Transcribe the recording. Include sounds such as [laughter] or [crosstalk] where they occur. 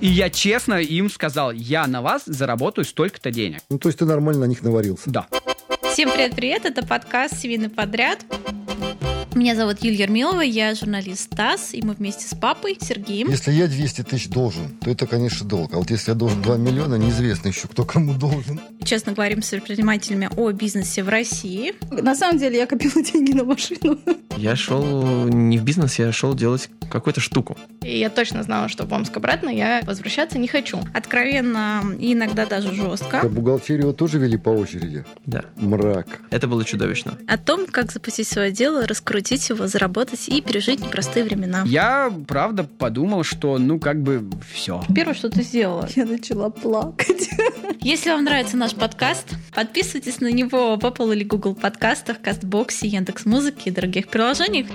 И я честно им сказал, я на вас заработаю столько-то денег. Ну, то есть ты нормально на них наварился. Да. Всем привет-привет, это подкаст «Свины подряд». Меня зовут Юлия Ермилова, я журналист ТАСС, и мы вместе с папой Сергеем. Если я 200 тысяч должен, то это, конечно, долг. А вот если я должен 2 миллиона, неизвестно еще, кто кому должен. Честно говорим с предпринимателями о бизнесе в России. На самом деле я копила [laughs] деньги на машину. Я шел не в бизнес, я шел делать какую-то штуку. И я точно знала, что в Омск обратно я возвращаться не хочу. Откровенно и иногда даже А жестко. бухгалтерию тоже вели по очереди. Да. Мрак. Это было чудовищно. О том, как запустить свое дело, раскрутить его, заработать и пережить непростые времена. Я, правда, подумал, что, ну, как бы, все. Первое, что ты сделала. Я начала плакать. Если вам нравится наш подкаст, подписывайтесь на него в Apple или Google подкастах, Кастбоксе, Яндекс.Музыке и других приложениях.